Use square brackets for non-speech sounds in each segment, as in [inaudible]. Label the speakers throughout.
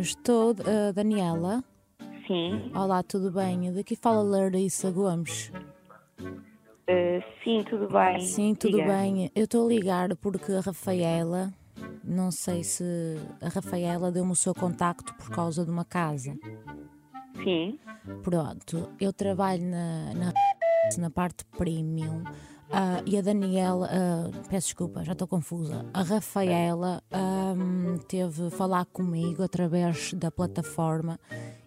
Speaker 1: Estou, eh, Daniela.
Speaker 2: Sim,
Speaker 1: Olá, tudo bem? Daqui fala Larissa Gomes.
Speaker 2: eh, sim, tudo bem.
Speaker 1: Sim, tudo
Speaker 2: Diga.
Speaker 1: bem. Eu estou a ligar porque a Rafaela, não sei se a Rafaela deu-me o seu contacto por causa de uma casa.
Speaker 2: Sim,
Speaker 1: Pronto, eu trabalho na, na, [laughs] na parte premium ah, e a Daniela, ah, peço desculpa, já estou confusa. A Rafaela ahm, teve a falar comigo através da plataforma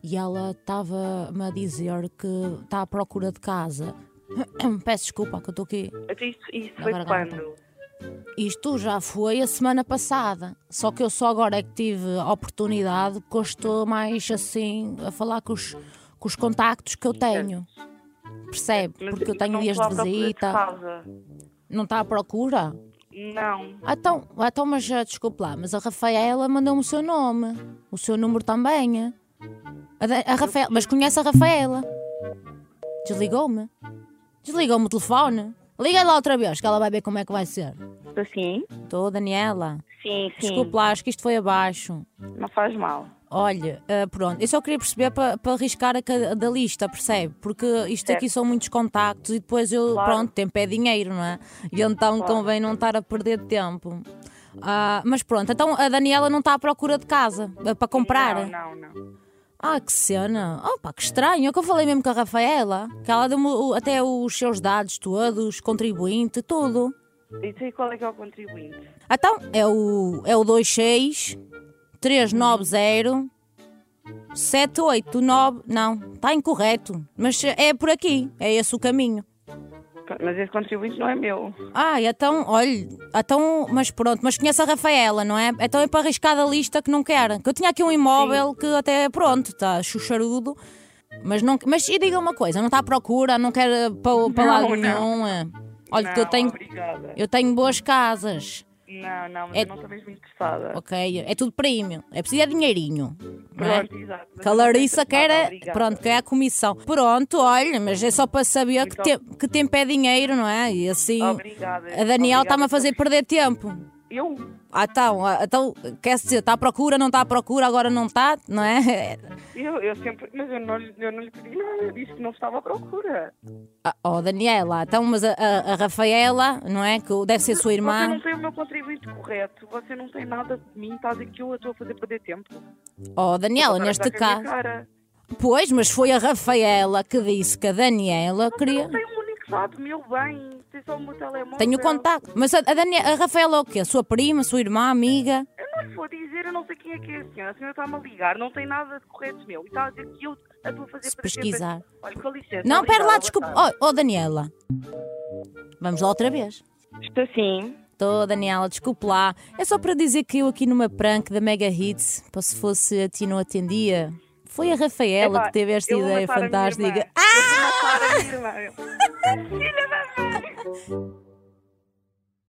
Speaker 1: e ela estava-me a dizer que está à procura de casa. [coughs] Peço desculpa que eu estou aqui.
Speaker 2: Então, isso, isso
Speaker 1: Na
Speaker 2: foi
Speaker 1: garganta.
Speaker 2: quando?
Speaker 1: Isto já foi a semana passada, só que eu só agora é que tive a oportunidade porque eu estou mais assim a falar com os, com os contactos que eu tenho. Percebe?
Speaker 2: Mas
Speaker 1: Porque eu tenho
Speaker 2: não
Speaker 1: dias
Speaker 2: estou
Speaker 1: de
Speaker 2: à procura
Speaker 1: visita.
Speaker 2: casa.
Speaker 1: Não está à procura?
Speaker 2: Não,
Speaker 1: Ah, então, ah, então mas ah, desculpe lá, mas a Rafaela mandou-me o seu nome, o seu número também. ah. A, da- a Rafaela, mas conhece a Rafaela? Desligou-me? Desligou-me o telefone? Liga lá outra vez que ela vai ver como é que vai ser.
Speaker 2: estou sim.
Speaker 1: Estou, Daniela.
Speaker 2: Sim, sim.
Speaker 1: Desculpe lá, acho que isto foi abaixo.
Speaker 2: Não faz mal.
Speaker 1: Olha, ah, pronto, eu só queria perceber para arriscar a cada- da lista, percebe? Porque isto aqui são muitos contactos e depois eu,
Speaker 2: É. Claro.
Speaker 1: pronto, tempo é dinheiro, não é? E então convém não estar a perder tempo. Ah, mas pronto, então a Daniela não está à procura de casa ah, para comprar.
Speaker 2: Não, não, não.
Speaker 1: Ah, que cena! Oh, pá, que estranho! É que eu falei mesmo com a Rafaela, que ela deu-me o- até os seus dados todos, contribuinte, tudo.
Speaker 2: Então, e qual é que é o contribuinte?
Speaker 1: Então, é o, é o 26 390 789. Não, está incorreto. Mas é por aqui, é esse o caminho.
Speaker 2: Mas esse contribuinte não é meu.
Speaker 1: Ah, então, olha, então, mas pronto, mas conhece a Rafaela, não é? Então é para arriscar da lista que não quer. Que eu tinha aqui um imóvel que até, pronto, está chucharudo. Mas, não, mas e diga uma coisa, não está à procura, não quer eh, para, para
Speaker 2: Não,
Speaker 1: lado
Speaker 2: não.
Speaker 1: nenhum. eh? Olha, que eu
Speaker 2: Não,
Speaker 1: tenho,
Speaker 2: Obrigada.
Speaker 1: eu tenho boas casas.
Speaker 2: Não, não, mas
Speaker 1: É-
Speaker 2: eu não estou mesmo interessada.
Speaker 1: Ok, é tudo premium. É preciso é dinheirinho. não é?
Speaker 2: Pronto, exato. mas
Speaker 1: Que a
Speaker 2: eu não estou
Speaker 1: Larissa
Speaker 2: interessada,
Speaker 1: quer é,
Speaker 2: obrigada.
Speaker 1: pronto, quer a comissão. Pronto, olha, mas é só para saber que,
Speaker 2: Então-
Speaker 1: te- que tempo é dinheiro, não é? E assim,
Speaker 2: Obrigada.
Speaker 1: a Daniela
Speaker 2: Obrigada
Speaker 1: está-me a
Speaker 2: por-
Speaker 1: fazer perder tempo.
Speaker 2: Eu?
Speaker 1: Ah, então, ah, então quer dizer, está à procura, não está à procura, agora não está, não é? [laughs]
Speaker 2: Eu, eu sempre. Mas eu não, lhe- eu não lhe pedi nada. Eu disse que não estava à procura.
Speaker 1: Ah, oh, Daniela, então, mas a, a- a Rafaela, não é? Que deve ser sua
Speaker 2: Você não
Speaker 1: irmã.
Speaker 2: tem o meu contribuinte correto. Você não tem nada de mim. Está a dizer que eu a estou a fazer perder tempo.
Speaker 1: Oh, Daniela,
Speaker 2: Agora
Speaker 1: neste
Speaker 2: está com a é minha
Speaker 1: caso.
Speaker 2: cara.
Speaker 1: Pois, mas foi a Rafaela que disse que a Daniela queria.
Speaker 2: Não tem um único dado meu bem. Tem só o meu telemóvel.
Speaker 1: Tenho contacto. Mas a, a, Danie- a Rafaela é o quê? Sua prima, sua irmã, amiga?
Speaker 2: Eu não lhe vou dizer. Eu não sei quem é que é a senhora. A senhora está-me a ligar. Não tem nada de correto meu. E está a dizer que eu a estou a fazer
Speaker 1: Se
Speaker 2: perder
Speaker 1: pesquisar.
Speaker 2: tempo. Olha, com licença.
Speaker 1: Não, pera lá,
Speaker 2: obrigada,
Speaker 1: desculpa.
Speaker 2: boa tarde.
Speaker 1: Oh, oh, Daniela. Vamos lá outra vez.
Speaker 2: Estou sim.
Speaker 1: Tô, Daniela, desculpe lá. É só para dizer que eu aqui numa prank da Mega Hits, pá, se fosse a ti não atendia. Foi a Rafaela
Speaker 2: Epá,
Speaker 1: que teve esta
Speaker 2: eu vou
Speaker 1: ideia
Speaker 2: matar a minha [laughs]
Speaker 1: fantástica.
Speaker 2: irmã. Eu vou matar a minha irmã.